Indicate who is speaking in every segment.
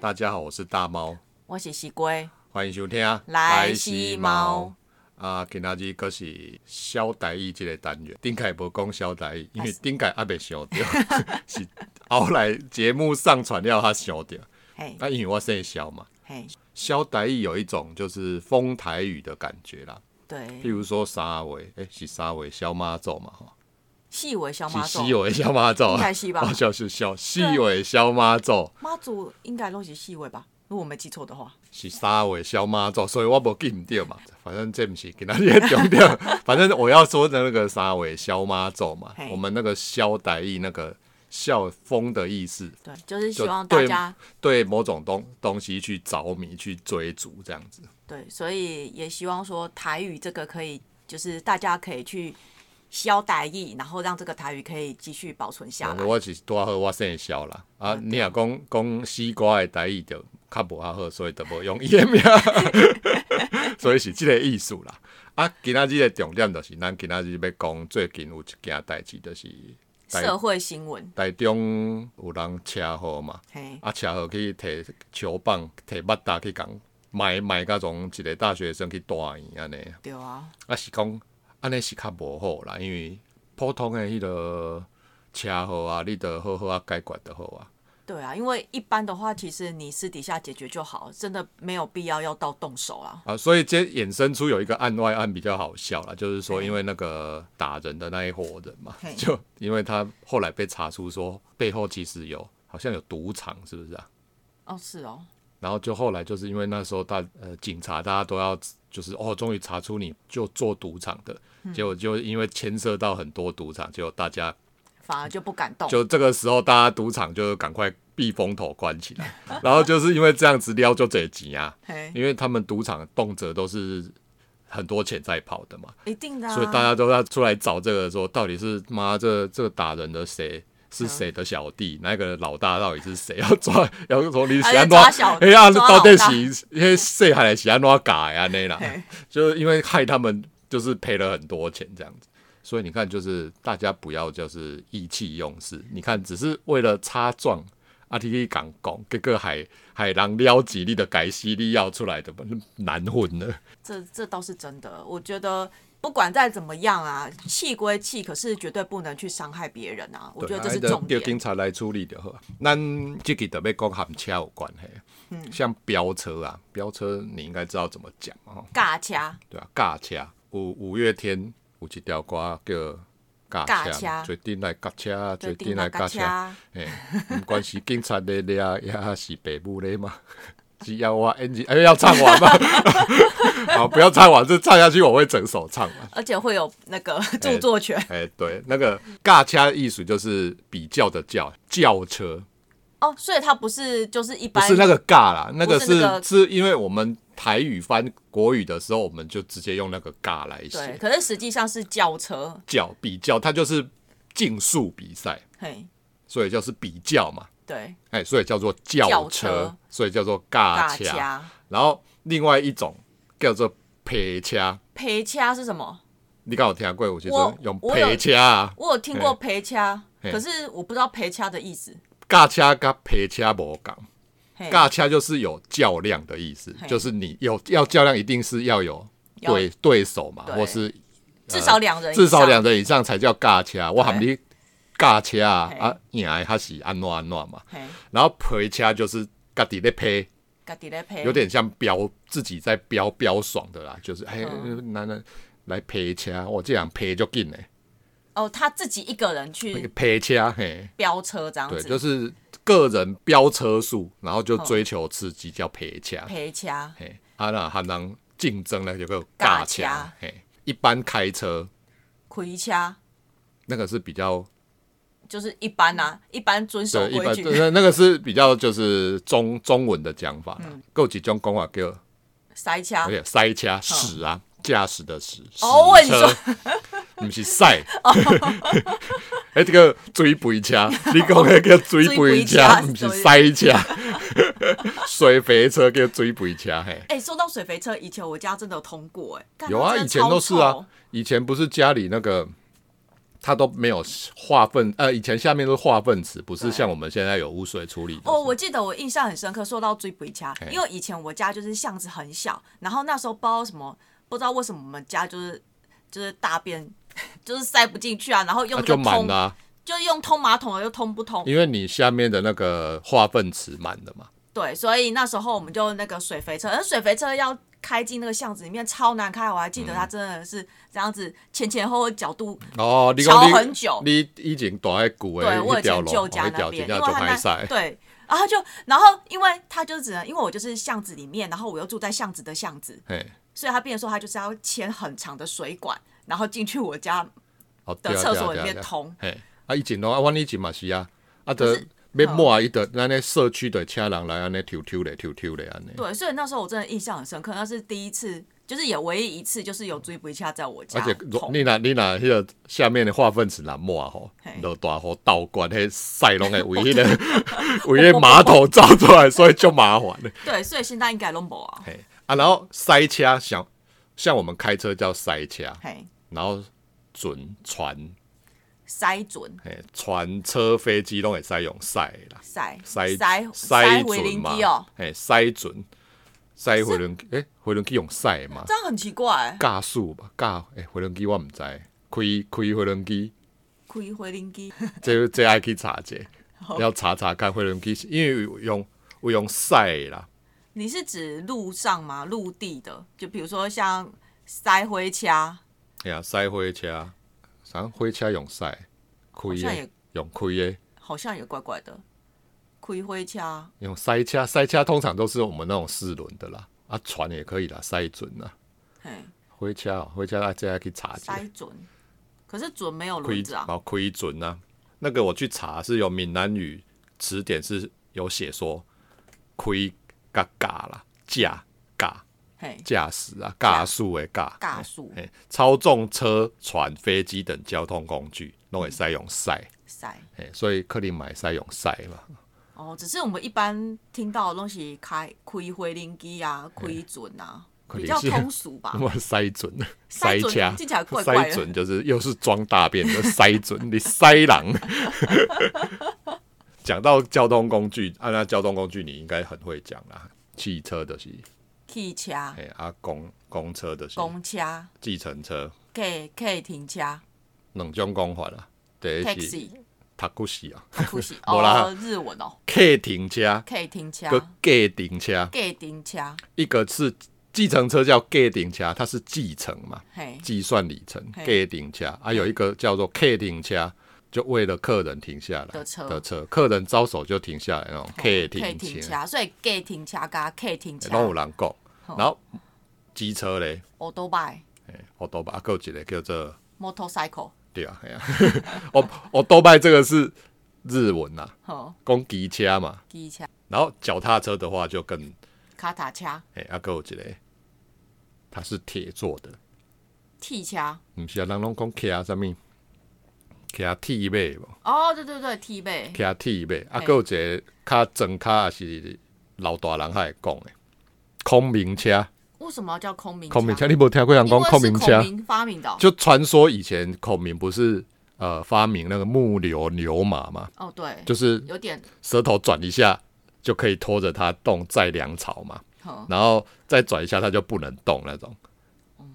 Speaker 1: 大家好，我是大猫，
Speaker 2: 我是西龟，
Speaker 1: 欢迎收听《
Speaker 2: 来西猫》
Speaker 1: 啊，今仔日阁是小台语即个单元，顶凯无讲小台语，
Speaker 2: 啊
Speaker 1: 因为顶凯还袂想着， 是后来节目上传了他想着，
Speaker 2: 嘿，
Speaker 1: 啊，因为我姓肖嘛，
Speaker 2: 嘿，
Speaker 1: 肖台语有一种就是风台语的感觉啦，譬
Speaker 2: 对，
Speaker 1: 如说沙尾，诶、是沙尾肖妈咒嘛，吼。
Speaker 2: 细尾小
Speaker 1: 是
Speaker 2: 妈
Speaker 1: 西
Speaker 2: 祖，
Speaker 1: 尾肖妈咒，
Speaker 2: 应该是吧
Speaker 1: 好像是肖西尾肖妈咒，
Speaker 2: 妈祖应该都是细尾吧？如果我没记错的话，
Speaker 1: 是三位小妈祖，所以我无记唔对嘛。反正这不是今仔日的重点，反正我要说的那个三位小妈祖嘛
Speaker 2: 嘿，
Speaker 1: 我们那个萧代意那个校风的意思，
Speaker 2: 对，就是希
Speaker 1: 就
Speaker 2: 望大
Speaker 1: 对
Speaker 2: 家
Speaker 1: 对某种东东西去着迷、去追逐这样子。
Speaker 2: 对，所以也希望说台语这个可以，就是大家可以去消台语，然后让这个台语可以继续保存下
Speaker 1: 反
Speaker 2: 来
Speaker 1: 正。我是多好，我姓萧啦。啊，你若讲讲西瓜的代意就较无较好，所以就无用伊的名，所以是即个意思啦。啊，今仔日的重点就是咱今仔日要讲最近有一件代志，就是台
Speaker 2: 社会新闻，
Speaker 1: 台中有人车祸嘛，
Speaker 2: 嘿，
Speaker 1: 啊车祸去摕球棒、摕捌搭去共埋埋甲种一个大学生去大院安尼，
Speaker 2: 对啊，
Speaker 1: 啊是讲安尼是较无好啦，因为普通的迄个车祸啊，你得好好啊解决就好啊。
Speaker 2: 对啊，因为一般的话，其实你私底下解决就好，真的没有必要要到动手啊。
Speaker 1: 啊，所以这衍生出有一个案外案比较好笑啦，就是说
Speaker 2: 嘿
Speaker 1: 因为那个打人的那一伙人嘛
Speaker 2: 嘿，
Speaker 1: 就因为他后来被查出说背后其实有好像有赌场，是不是啊？
Speaker 2: 哦，是哦，
Speaker 1: 然后就后来就是因为那时候大呃警察大家都要就是哦，终于查出你就做赌场的，结果就因为牵涉到很多赌场，结果大家
Speaker 2: 反而就不敢动。
Speaker 1: 就这个时候大家赌场就赶快避风头关起来，然后就是因为这样子撩就这急啊，
Speaker 2: 嘿，
Speaker 1: 因为他们赌场动辄都是很多钱在跑的嘛，
Speaker 2: 一定的、啊。
Speaker 1: 所以大家都要出来找这个说到底是妈这这个打人的谁。是谁的小弟？那个老大到底是谁？ 要抓，要从你
Speaker 2: 还
Speaker 1: 是
Speaker 2: 在
Speaker 1: 安
Speaker 2: 啊抓小
Speaker 1: 哎呀，
Speaker 2: 抓
Speaker 1: 到底
Speaker 2: 老大
Speaker 1: 是迄细汉的是安怎教的安尼啊啦
Speaker 2: 嘿？
Speaker 1: 就是因为害他们就是赔了很多钱这样子，所以你看，就是大家不要就是意气用事。你看，只是为了擦撞，阿 T T 讲讲，结果还还人撩吉利的改西利要出来的嘛，难混了。
Speaker 2: 这这倒是真的。我觉得不管再怎么样啊，气归气，可是绝对不能去伤害别人啊。我觉得这是重
Speaker 1: 叫
Speaker 2: 点。
Speaker 1: 警察来处理就好。咱这个特别讲和车有关系，
Speaker 2: 嗯
Speaker 1: 像飙车啊，飙车你应该知道怎么讲嘛吼。
Speaker 2: 尬掐，
Speaker 1: 对啊，尬车五五月天有一条歌叫尬
Speaker 2: 尬
Speaker 1: 车嘛，
Speaker 2: 车
Speaker 1: 最顶来尬车，最
Speaker 2: 最
Speaker 1: 顶
Speaker 2: 顶
Speaker 1: 来
Speaker 2: 来
Speaker 1: 尬
Speaker 2: 尬
Speaker 1: 车
Speaker 2: 车。
Speaker 1: 嘿，不管是警察的咧，啊也是北部的嘛。 只要我 N G，哎，要唱完吗？ 好，不要唱完，这唱下去我会整首著唱完。
Speaker 2: 而且会有那 个著作权。
Speaker 1: 哎，对，那个尬车的意思就是比较的较，轿车
Speaker 2: 哦，所以它不是就是一
Speaker 1: 不
Speaker 2: 般
Speaker 1: 是那个尬啦，那个
Speaker 2: 不是
Speaker 1: 是
Speaker 2: 那个
Speaker 1: 是因为我们台语翻国语的时候，我们就直接用那个尬来
Speaker 2: 对，
Speaker 1: 写。
Speaker 2: 可是实际上是轿车，
Speaker 1: 较比较，它就是竞速比赛，
Speaker 2: 嘿，
Speaker 1: 所以就是比较嘛，
Speaker 2: 对，
Speaker 1: 哎，所以叫做轿
Speaker 2: 轿
Speaker 1: 车，
Speaker 2: 车
Speaker 1: 所以叫做尬
Speaker 2: 尬
Speaker 1: 车。
Speaker 2: 掐。
Speaker 1: 然后另外一种叫做陪车，
Speaker 2: 陪掐是什么？
Speaker 1: 你刚有听过，有时
Speaker 2: 我
Speaker 1: 阵用
Speaker 2: 我有
Speaker 1: 陪车啊，
Speaker 2: 我有听过陪掐，
Speaker 1: 嘿
Speaker 2: 可是我不知道陪掐的意思。
Speaker 1: 尬车跟陪车无共，
Speaker 2: 嘿，
Speaker 1: 尬车就是有较量的意思
Speaker 2: 嘿，
Speaker 1: 就是你有要较量，一定是要有
Speaker 2: 要
Speaker 1: 对对手嘛，
Speaker 2: 对
Speaker 1: 或是
Speaker 2: 至少两人以上，
Speaker 1: 至少两人以上才叫尬车。我喊你尬车啊
Speaker 2: 嘿，
Speaker 1: 啊赢的他是安怎安怎嘛，
Speaker 2: 嘿，
Speaker 1: 然后陪车就是家己咧陪。
Speaker 2: 家己来陪，
Speaker 1: 有点像飙自己在飙飙爽的啦，就是
Speaker 2: 哦
Speaker 1: 哎，男人来陪车，我这样陪就紧嘞，
Speaker 2: 哦，他自己一个人
Speaker 1: 那个
Speaker 2: 去
Speaker 1: 陪车嘿，
Speaker 2: 飙车这样
Speaker 1: 对，
Speaker 2: 子，
Speaker 1: 就是个人飙车速，然后就
Speaker 2: 哦
Speaker 1: 追求刺激叫陪车，
Speaker 2: 陪掐。
Speaker 1: 嘿，啊那还能竞争呢，有个
Speaker 2: 尬
Speaker 1: 尬
Speaker 2: 车
Speaker 1: 车，嘿，一般开车
Speaker 2: 盔掐，
Speaker 1: 那个是比较
Speaker 2: 就是一般啊，一般遵守
Speaker 1: 嗯对，一
Speaker 2: 规
Speaker 1: 般
Speaker 2: 矩。
Speaker 1: 那那个是比较就是中中文的讲法
Speaker 2: 嗯
Speaker 1: 啦，够几种讲法叫。
Speaker 2: 塞掐
Speaker 1: 而，且塞车屎啊，驾驶的屎。
Speaker 2: 哦我
Speaker 1: 屎
Speaker 2: 以为
Speaker 1: 车，你们是塞。
Speaker 2: 哦
Speaker 1: 哎，这个追肥车，你讲的叫追肥车
Speaker 2: 水肥，车
Speaker 1: 不是塞车。水肥车叫追肥车，嘿，
Speaker 2: 哎、说到水肥车，以前我家真的有通过、哎，干
Speaker 1: 有啊，
Speaker 2: 它
Speaker 1: 以
Speaker 2: 真的
Speaker 1: 前都是
Speaker 2: 超
Speaker 1: 啊
Speaker 2: 臭，
Speaker 1: 以前不是家里那个它都没有化粪，呃，以前下面都是化粪池，不是
Speaker 2: 对
Speaker 1: 像我们现在有污水处理的。
Speaker 2: 哦，我记得我印象很深刻，说到追不家
Speaker 1: 嘿，
Speaker 2: 因为以前我家就是巷子很小，然后那时候不知道什么，不知道为什么我们家就是就是大便就是塞不进去啊，然后用
Speaker 1: 那
Speaker 2: 那个
Speaker 1: 就满
Speaker 2: 通，
Speaker 1: 啦、
Speaker 2: 就是用通马桶的又通不通，
Speaker 1: 因为你下面的那个化粪池满了嘛。
Speaker 2: 对，所以那时候我们就那个水肥车，而水肥车要开进那个巷子里面超难开，我还记
Speaker 1: 嗯
Speaker 2: 得它真的是这样子前前后后角度，
Speaker 1: 哦，你
Speaker 2: 桥
Speaker 1: 讲
Speaker 2: 很久
Speaker 1: 你你已经躲在古
Speaker 2: 对
Speaker 1: 诶
Speaker 2: 我
Speaker 1: 一
Speaker 2: 以
Speaker 1: 条
Speaker 2: 前
Speaker 1: 龙，
Speaker 2: 舅
Speaker 1: 一
Speaker 2: 家那
Speaker 1: 条
Speaker 2: 边，
Speaker 1: 金
Speaker 2: 因
Speaker 1: 要
Speaker 2: 为
Speaker 1: 做
Speaker 2: 他
Speaker 1: 排
Speaker 2: 那
Speaker 1: 赛，
Speaker 2: 对，然后就然后因为他就只能因为我就是巷子里面，然后我又住在巷子的巷子，
Speaker 1: 嘿，
Speaker 2: 所以他变成说他就是要牵很长的水管，然后进去我家
Speaker 1: 哦，
Speaker 2: 的
Speaker 1: 对啊
Speaker 2: 厕
Speaker 1: 对啊
Speaker 2: 所里
Speaker 1: 对啊
Speaker 2: 面
Speaker 1: 对啊
Speaker 2: 通
Speaker 1: 嘿，啊，以前拢啊，阮以前嘛是啊，啊，就
Speaker 2: 可
Speaker 1: 是要抹啊，伊就咱咧社区就请人来安尼抽抽咧，抽抽咧安尼。
Speaker 2: 对，所以那时候我真的印象很深刻，那是第一次，就是也唯一一次，就是有追不一下在我家
Speaker 1: 而且如
Speaker 2: 通。
Speaker 1: 啊你若你若迄个下面的化粪池若抹吼
Speaker 2: 嘿，
Speaker 1: 落大雨倒灌，迄屎拢 会为迄个 为迄个马桶造出来，所以就麻烦了。
Speaker 2: 对，所以现在应该 l o 啊，
Speaker 1: 嘿，啊，然后塞车，像像我们开车叫塞车，
Speaker 2: 嘿，
Speaker 1: 然后船船
Speaker 2: 塞准
Speaker 1: 嘿船车飞机拢会使用塞啦，
Speaker 2: 塞
Speaker 1: 塞
Speaker 2: 塞
Speaker 1: 塞
Speaker 2: 回
Speaker 1: 准
Speaker 2: 零
Speaker 1: 嘛
Speaker 2: 机哦，，
Speaker 1: 嘿塞准塞回轮诶回轮机用塞嘛，
Speaker 2: 这样很奇怪，
Speaker 1: 驾速吧驾诶回轮机我毋知，开开回轮机。
Speaker 2: 开回零机，
Speaker 1: 这这爱去查者，要查查看会轮机，因为有用有用塞啦，
Speaker 2: 你是指路上吗？陆地的，就比如说像塞灰掐，
Speaker 1: 哎呀，塞火车，啥火车用塞，开
Speaker 2: 好像
Speaker 1: 的
Speaker 2: 也
Speaker 1: 用开的，
Speaker 2: 好像也怪怪的，开灰掐。
Speaker 1: 用塞车，塞车通常都是我们那种四轮的啦，啊船也可以啦，塞准啦，
Speaker 2: 嘿，
Speaker 1: 火车哦，火车啊，这爱去查者，
Speaker 2: 塞准，可是准没有轮子
Speaker 1: 开
Speaker 2: 啊
Speaker 1: 然。后开准啊，那个我去查是有闽南语词典是有写说，开嘎嘎啦，驾嘎
Speaker 2: 嘿，
Speaker 1: 驾驶啊，驾速的驾。
Speaker 2: 尬数
Speaker 1: 嘿操纵车、船、飞机等交通工具，拢会使用塞，
Speaker 2: 塞
Speaker 1: 嘿，所以克林买塞用塞嘛，
Speaker 2: 哦，只是我们一般听到的东西开开回零机啊，开准啊，
Speaker 1: 可
Speaker 2: 比
Speaker 1: 能
Speaker 2: 较
Speaker 1: 是
Speaker 2: 通俗 吧。
Speaker 1: 我塞准，
Speaker 2: 塞准
Speaker 1: 车
Speaker 2: 听起来怪怪
Speaker 1: 塞
Speaker 2: 的
Speaker 1: 准就是又是装大便的塞准， 你塞狼。讲到交通工具，按、啊、那交通工具你应该很会讲啦，汽车的是，
Speaker 2: 汽车、
Speaker 1: 哎啊公公车的是，
Speaker 2: 公车、
Speaker 1: 计程车，
Speaker 2: K K 停车、
Speaker 1: 两种讲法啦，第一是
Speaker 2: taxi、
Speaker 1: 塔古西啊，
Speaker 2: 不是
Speaker 1: 没啦
Speaker 2: 哦，日文哦
Speaker 1: 客停车，
Speaker 2: ，K 停车、
Speaker 1: 个计停车。
Speaker 2: K 停车，
Speaker 1: 一个是计程车叫 G 顶车，它是计程嘛，
Speaker 2: 嘿，
Speaker 1: 计算里程
Speaker 2: 嘿
Speaker 1: G 顶车啊，有一个叫做 K 顶车，就为了客人停下来
Speaker 2: 的车
Speaker 1: 客人招手就停下来那种 K
Speaker 2: 可以
Speaker 1: 顶
Speaker 2: 停
Speaker 1: 车，
Speaker 2: 车，所以 K 停车加 K 停车，
Speaker 1: 拢有人讲。
Speaker 2: 好
Speaker 1: 然后机车嘞，
Speaker 2: 我都买
Speaker 1: 我都把啊还有一个叫做
Speaker 2: motorcycle，
Speaker 1: 对啊，哎 呀，我我都拜这个是日文呐、啊，
Speaker 2: 好，
Speaker 1: 讲机车嘛。
Speaker 2: 机车、
Speaker 1: 然后脚踏车的话就更
Speaker 2: 卡塔车、
Speaker 1: 哎，还有一个它是铁做的。
Speaker 2: T 车，
Speaker 1: 毋是啊，人拢讲骑啥物，骑铁马无，
Speaker 2: 哦，对对对，T 呗。
Speaker 1: 骑铁马，啊，
Speaker 2: 嘿
Speaker 1: 佫有一个较装卡也是老大人较会讲的，空明车，
Speaker 2: 为什么要叫空明
Speaker 1: 空明车，你无听过人讲空明
Speaker 2: 因
Speaker 1: 车
Speaker 2: 为是？孔明发明的哦。
Speaker 1: 就传说以前孔明不是呃发明那个木牛牛马嘛，
Speaker 2: 哦，对，
Speaker 1: 就是
Speaker 2: 有点，
Speaker 1: 舌头转一下就可以拖着它动载粮草嘛，
Speaker 2: 哼，
Speaker 1: 然后再转一下它就不能动那种。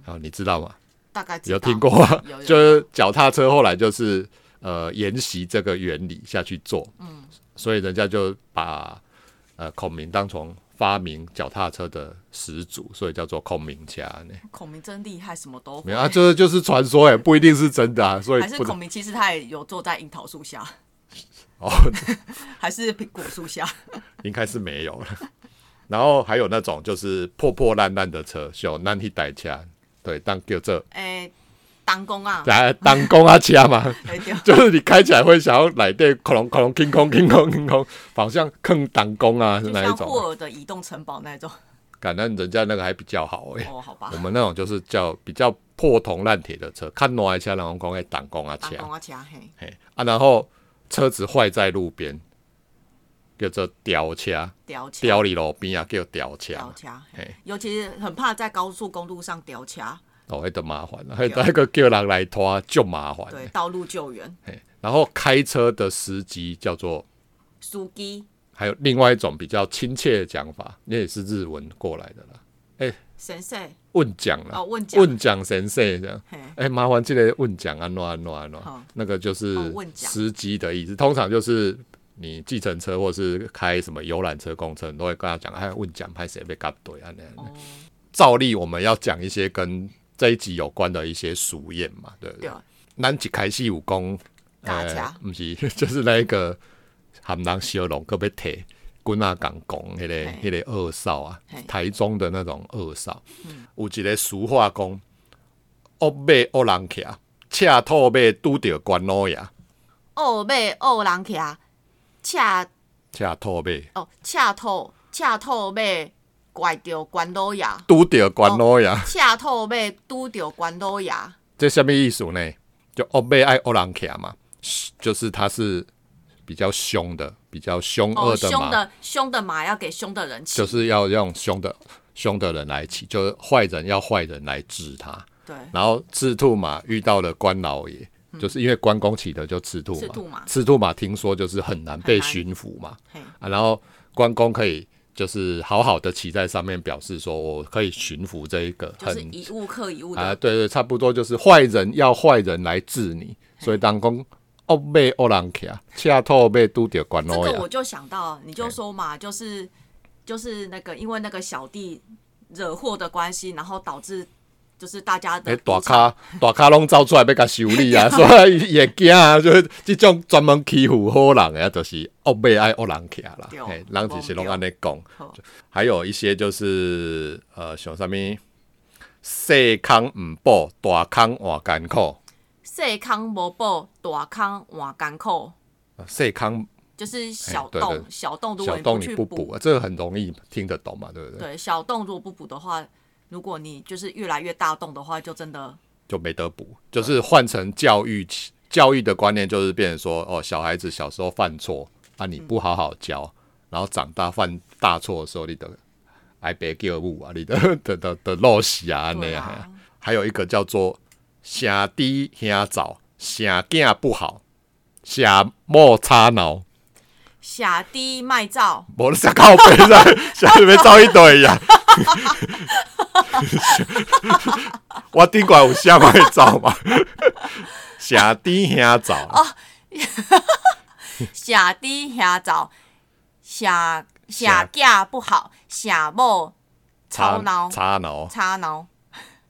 Speaker 1: 啊，你知道吗？
Speaker 2: 大概知道
Speaker 1: 有听过啊
Speaker 2: 有有，
Speaker 1: 就是脚踏车后来就是呃沿袭这个原理下去做，嗯，所以人家就把呃孔明当成发明脚踏车的始祖，所以叫做孔明家 呢。
Speaker 2: 孔明真厉害，什么都
Speaker 1: 没
Speaker 2: 会。
Speaker 1: 有啊，就是就是传说哎，不一定是真的啊，所以
Speaker 2: 还是
Speaker 1: 不
Speaker 2: 孔
Speaker 1: 能
Speaker 2: 明其实他也有坐在樱桃树下，
Speaker 1: 哦，
Speaker 2: 还是苹果树下。
Speaker 1: 应该是没有了。 然后还有那种就是破破烂烂的车，像咱那台车，对，当叫做
Speaker 2: 哎，当工啊，
Speaker 1: 来当公啊车嘛，
Speaker 2: 哎对，
Speaker 1: 就是你开起来会想要来电恐龙恐龙听空听空听空，好像坑挡工啊是
Speaker 2: 就
Speaker 1: 那一
Speaker 2: 像
Speaker 1: 种，
Speaker 2: 霍尔的移动城堡那一种。
Speaker 1: 感恩人家那个还比较好哎、
Speaker 2: 哦，好吧
Speaker 1: 我，们那种就是叫比较破铜烂铁的车，看哪一车然后讲哎挡工啊车
Speaker 2: 当，工啊，掐嘿，
Speaker 1: 嘿啊，然后车子坏在路边，叫做吊车，
Speaker 2: 吊掐，
Speaker 1: 吊里路边啊叫吊车，
Speaker 2: 吊掐，
Speaker 1: 嘿
Speaker 2: 尤其是很怕在高速公路上吊掐，
Speaker 1: 哦，还得麻烦了，还得 那个叫人来拖就麻烦
Speaker 2: 对，
Speaker 1: 了。
Speaker 2: 道路救援、
Speaker 1: 嘿然后开车的司机叫做，
Speaker 2: 司机、
Speaker 1: 还有另外一种比较亲切的讲法，那也是日文过来的啦。
Speaker 2: 神社，
Speaker 1: 问讲啦，
Speaker 2: 哦问讲
Speaker 1: 问讲神社这样。
Speaker 2: 嘿，
Speaker 1: 哎、麻烦记得问讲啊安诺安诺安诺
Speaker 2: 好，
Speaker 1: 那个就是
Speaker 2: 哦问讲
Speaker 1: 司机的意思，通常就是你计程车或是开什么游览车、公车，你都会跟他讲，哎，问讲拍谁被嘎对啊那样。
Speaker 2: 哦，
Speaker 1: 照例我们要讲一些跟这一集有关的一些俗谚嘛，对不对
Speaker 2: 对？，
Speaker 1: 咱一开始有讲，
Speaker 2: 大家
Speaker 1: 哎不是， 就是那一个含人小龙，个要提滚啊讲讲，迄、个迄、
Speaker 2: 嘿
Speaker 1: 个二少啊
Speaker 2: 嘿，嗯
Speaker 1: 台中的那种二少，有一个俗话讲，恶马恶哦人骑，赤兔马拄着关老爷，
Speaker 2: 哦被哦人徛，恰
Speaker 1: 赤兔马
Speaker 2: 哦恰头恰头被拐着关老爷，
Speaker 1: 拄着关老爷，
Speaker 2: 恰头被拄着关老爷，
Speaker 1: 这什么意思呢？就恶马爱恶人骑嘛，就是他是比较凶的，比较凶
Speaker 2: 哦
Speaker 1: 恶的嘛。
Speaker 2: 凶的凶的马要给凶的人骑，
Speaker 1: 就是要用凶的凶的人来起，就是坏人要坏人来治他。
Speaker 2: 对，
Speaker 1: 然后赤兔马遇到了关老爷，就是因为关公起的就赤兔
Speaker 2: 嗯赤
Speaker 1: 马，
Speaker 2: 兔马
Speaker 1: 听说就是很难被
Speaker 2: 很难
Speaker 1: 驯服嘛，
Speaker 2: 嘿，
Speaker 1: 啊，然后关公可以。就是好好的骑在上面，表示说我可以驯服这一个
Speaker 2: 就是
Speaker 1: 很
Speaker 2: 一物克一物
Speaker 1: 啊，
Speaker 2: 的，
Speaker 1: 对对，差不多就是坏人要坏人来治你，所以当公恶被恶人骑，赤兔被拄着关
Speaker 2: 这
Speaker 1: 老
Speaker 2: 个我
Speaker 1: 爷，啊
Speaker 2: 就想到，你就
Speaker 1: 嘿
Speaker 2: 说嘛，就是就是那个因为那个小弟惹祸的关系，然后导致就是大家的
Speaker 1: 诶，哎大
Speaker 2: 赌场
Speaker 1: 咖大咖拢走出来要甲修理啊， 所以也惊啊，就是即种专门欺负好人的，啊就是恶马爱恶人骑啦
Speaker 2: 对，哦
Speaker 1: 嘿，人就是拢安尼讲
Speaker 2: 好。
Speaker 1: 还有一些就是呃，像啥物细康毋报，大康换艰苦，
Speaker 2: 细康无报，大康换艰苦，
Speaker 1: 细康
Speaker 2: 就是小
Speaker 1: 哎对
Speaker 2: 洞、
Speaker 1: 对
Speaker 2: 小洞如果
Speaker 1: 小
Speaker 2: 你
Speaker 1: 洞你
Speaker 2: 去
Speaker 1: 不
Speaker 2: 补，
Speaker 1: 补，啊，这个很容易听得懂嘛，对不对？
Speaker 2: 对小洞如果不补的话，如果你就是越来越大洞的话，就真的
Speaker 1: 就没得补，就是换成教育教育的观念，就是变成说哦，小孩子小时候犯错啊，你不好好教，然后长大犯大错的时候，你的挨别叫母啊，你的 的的的落死啊那
Speaker 2: 对
Speaker 1: 样、
Speaker 2: 啊
Speaker 1: 还有一个叫做兄弟兄早，兄囝不好，兄莫吵闹。
Speaker 2: 下低卖照，
Speaker 1: 我是靠背 在，下面造一堆呀。 我顶管有下面造嘛，下低下
Speaker 2: 哦
Speaker 1: 造，
Speaker 2: 下低下照，下下架不好，下某吵闹
Speaker 1: 吵闹，
Speaker 2: 吵闹，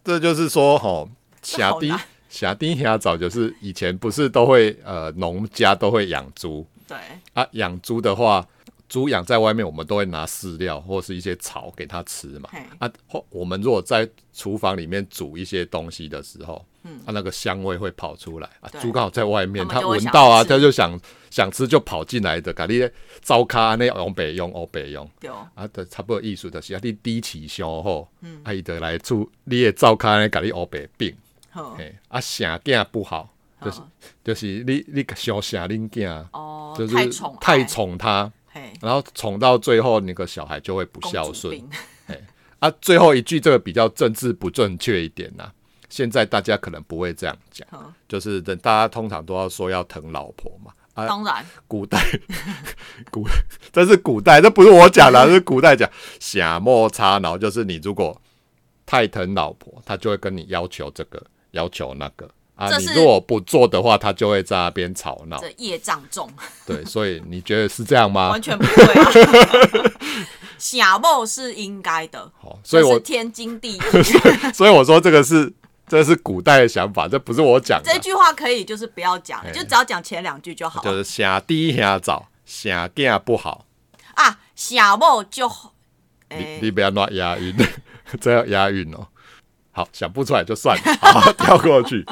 Speaker 1: 这就是说吼，
Speaker 2: 这
Speaker 1: 下
Speaker 2: 好
Speaker 1: 低
Speaker 2: 难
Speaker 1: 下低下造就是以前不是都会呃农家都会养猪
Speaker 2: 对
Speaker 1: 啊，养猪的话。猪养在外面，我们都会拿饲料或是一些草给它吃嘛
Speaker 2: 嘿。
Speaker 1: 啊，或我们如果在厨房里面煮一些东西的时候，嗯，啊，那个香味会跑出来啊。
Speaker 2: 对
Speaker 1: 猪刚好在外面，它
Speaker 2: 它们就会
Speaker 1: 闻到啊，
Speaker 2: 想吃
Speaker 1: 它就想想吃就跑进来的。咖喱糟咖那用北用哦北用
Speaker 2: 对，
Speaker 1: 啊，的差不多意思就是啊，你低起胸后，嗯，啊，伊就来处你的糟咖呢，咖喱哦北病，
Speaker 2: 好
Speaker 1: 嘿，啊，声囝不好，就是
Speaker 2: 好
Speaker 1: 就是你你想声恁囝，
Speaker 2: 哦，
Speaker 1: 就是
Speaker 2: 太宠爱
Speaker 1: 太，宠他。
Speaker 2: 嘿，
Speaker 1: 然后宠到最后，那个小孩就会不
Speaker 2: 公
Speaker 1: 孝
Speaker 2: 主
Speaker 1: 顺
Speaker 2: 病，
Speaker 1: 啊。最后一句这个比较政治不正确一点呐、啊现在大家可能不会这样讲，
Speaker 2: 好
Speaker 1: 就是等大家通常都要说要疼老婆嘛。啊，
Speaker 2: 当然
Speaker 1: 古代， 古这是古代，这不是我讲的啊，这是古代讲。想莫差，然后就是你如果太疼老婆，他就会跟你要求这个，要求那个啊。
Speaker 2: 这
Speaker 1: 你
Speaker 2: 是
Speaker 1: 如果不做的话，他就会在那边吵闹
Speaker 2: 这。业障重。
Speaker 1: 对，所以你觉得是这样吗
Speaker 2: 完？全不 会啊。假冒是应该的，
Speaker 1: 好，所以
Speaker 2: 这
Speaker 1: 我
Speaker 2: 是天经地义。
Speaker 1: 所以我说这个是这是古代的想法，这不是我讲的啊
Speaker 2: 这，句话可以就是不要讲，
Speaker 1: 哎
Speaker 2: 就只要讲前两句就好
Speaker 1: 就是想低想早，想囝不好，
Speaker 2: 啊。假冒就
Speaker 1: 你
Speaker 2: 哎
Speaker 1: 你不要乱押韵， 这要押韵哦。好，想不出来就算了， 好跳过去。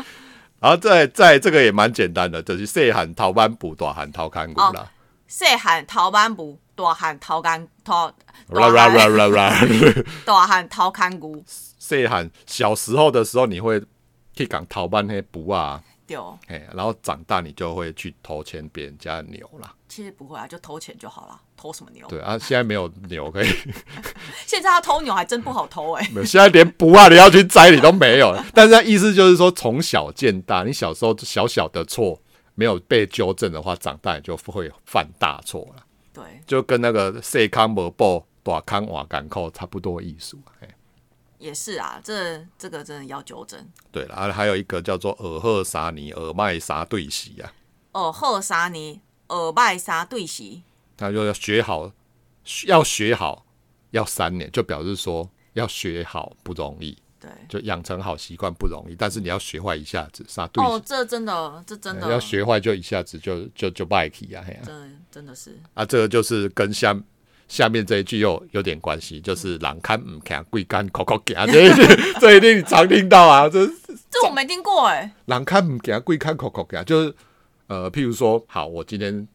Speaker 1: 然后再再这个也蛮简单的，就是细喊逃班补，大喊逃看股啦，
Speaker 2: 细喊逃班不，大喊逃干逃，
Speaker 1: 啦
Speaker 2: 哦大
Speaker 1: 啦啦
Speaker 2: 喊
Speaker 1: 啦啦。
Speaker 2: 大喊逃干姑
Speaker 1: 细喊小时候的时候，你会去讲逃班那补啊，
Speaker 2: 对。
Speaker 1: 哎，然后长大你就会去偷牵别人家的牛啦。
Speaker 2: 其实不会啊，就偷钱就好了，偷什么牛？
Speaker 1: 对啊，现在没有牛可以，
Speaker 2: 现在要偷牛还真不好偷哎、
Speaker 1: 没有现在连不啊你要去摘你都没有。但是它意思就是说，从小见大，你小时候小小的错没有被纠正的话，长大你就会犯大错了。
Speaker 2: 对，
Speaker 1: 就跟那个“细康无报，大康瓦干扣”差不多艺术。哎，
Speaker 2: 也是啊，这这个真的要纠正。
Speaker 1: 对了，啊，还有一个叫做“尔赫沙尼尔麦沙对席”啊，
Speaker 2: 哦，后沙尼耳麦沙对席，
Speaker 1: 他就要学好，要学好要三年，就表示说要学好不容易，
Speaker 2: 对，
Speaker 1: 就养成好习惯不容易，但是你要学坏一下子沙对
Speaker 2: 哦，
Speaker 1: 席。
Speaker 2: 这真的，这真的，
Speaker 1: 要学坏就一下子就就就败起啊！嘿啊，
Speaker 2: 真的真的是
Speaker 1: 啊，这个就是跟下下面这一句又有点关系，就是“狼看唔看，鬼看口口行”这一句，这一定你常听到啊，这
Speaker 2: 这我没听过哎、
Speaker 1: 人看唔行，鬼看口口行，就是呃，譬如说，好，我今天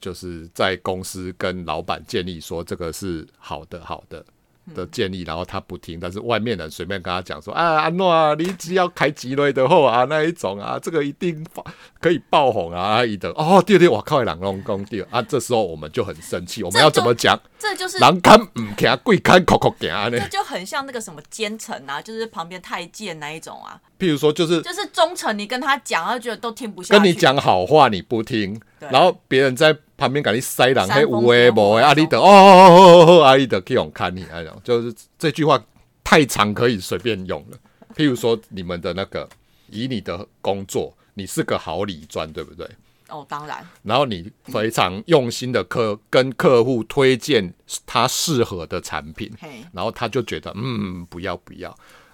Speaker 1: 就是在公司跟老板建议说这个是好的，好的
Speaker 2: 嗯
Speaker 1: 的建议，然后他不听，但是外面人随便跟他讲说啊，安诺啊，你只要开几类的后啊那一种啊，这个一定爆可以爆红啊，一等哦，对对，我靠，狼龙公对啊，这时候我们就很生气，我们要怎么讲？
Speaker 2: 这就是
Speaker 1: 人看唔行，鬼看口口行啊呢
Speaker 2: 这？就很像那个什么奸臣啊，就是旁边太监那一种啊，
Speaker 1: 譬如说，就是
Speaker 2: 就是忠臣，你跟他讲，他觉得都听不下去。
Speaker 1: 跟你讲好话你不听，
Speaker 2: 对
Speaker 1: 然后别人在旁边给你塞狼
Speaker 2: 煽
Speaker 1: 黑
Speaker 2: 风
Speaker 1: 无诶
Speaker 2: 点火
Speaker 1: 无诶，阿
Speaker 2: 那
Speaker 1: 你
Speaker 2: 种
Speaker 1: 的哦哦哦哦哦，阿你的可以用看你那种，就是这句话太长可以随便用了。譬如说你们的那个，以你的工作，你是个好理专，对不对？
Speaker 2: 哦，当然，
Speaker 1: 然后你非常用心的客跟客户推荐他适合的产品，
Speaker 2: 嘿，
Speaker 1: 然后他就觉得嗯，不要不要，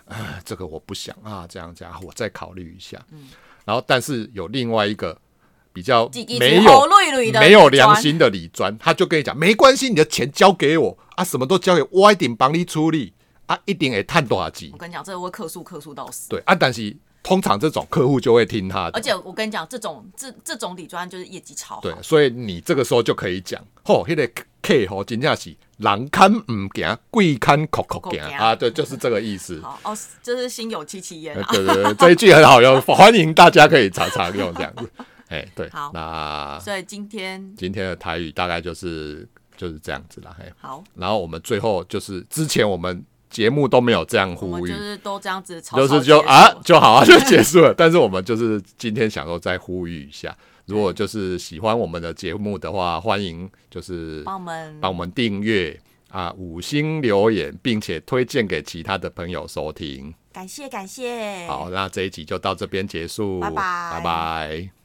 Speaker 1: 啊，这个我不想啊，这样这样，我再考虑一下。
Speaker 2: 嗯
Speaker 1: 然后但是有另外一个比较
Speaker 2: 叽叽叽
Speaker 1: 没
Speaker 2: 好
Speaker 1: 有
Speaker 2: 累累的
Speaker 1: 没有良
Speaker 2: 砖
Speaker 1: 心的李专，他就跟你讲，没关系，你的钱交给我啊，什么都交给我，我一定帮你处理啊，一定会探多少钱
Speaker 2: 我。跟你讲，这个会客诉客诉到死。
Speaker 1: 对啊，但是通常这种客户就会听他
Speaker 2: 而
Speaker 1: 的，
Speaker 2: 且我跟你讲，这种这这种理专就是业绩超好。
Speaker 1: 对，所以你这个时候就可以讲，吼，那个客户真正是人看唔行，鬼看哭哭行
Speaker 2: 哭哭行
Speaker 1: 啊，对，就是这个意思。
Speaker 2: 好哦，就是心有戚戚焉
Speaker 1: 呃
Speaker 2: 啊。
Speaker 1: 对对对，这一句很好用，欢迎大家可以常常用这样子。哎，对，
Speaker 2: 好
Speaker 1: 那
Speaker 2: 所以今天
Speaker 1: 今天的台语大概就是就是这样子啦。嘿，
Speaker 2: 好，
Speaker 1: 然后我们最后就是之前我们节目都没有这样
Speaker 2: 我们
Speaker 1: 呼
Speaker 2: 就
Speaker 1: 吁，
Speaker 2: 是都这样子草草
Speaker 1: 就是
Speaker 2: 结
Speaker 1: 就
Speaker 2: 束
Speaker 1: 啊就好啊就结束了。 但是我们就是今天想说再呼吁一下，如
Speaker 2: 嗯
Speaker 1: 果就是喜欢我们的节目的话，欢迎就是
Speaker 2: 帮我们
Speaker 1: 帮我们订阅啊，五星留言，并且推荐给其他的朋友收听。
Speaker 2: 感谢感谢。
Speaker 1: 好，那这一集就到这边结束，
Speaker 2: 拜拜
Speaker 1: 拜拜。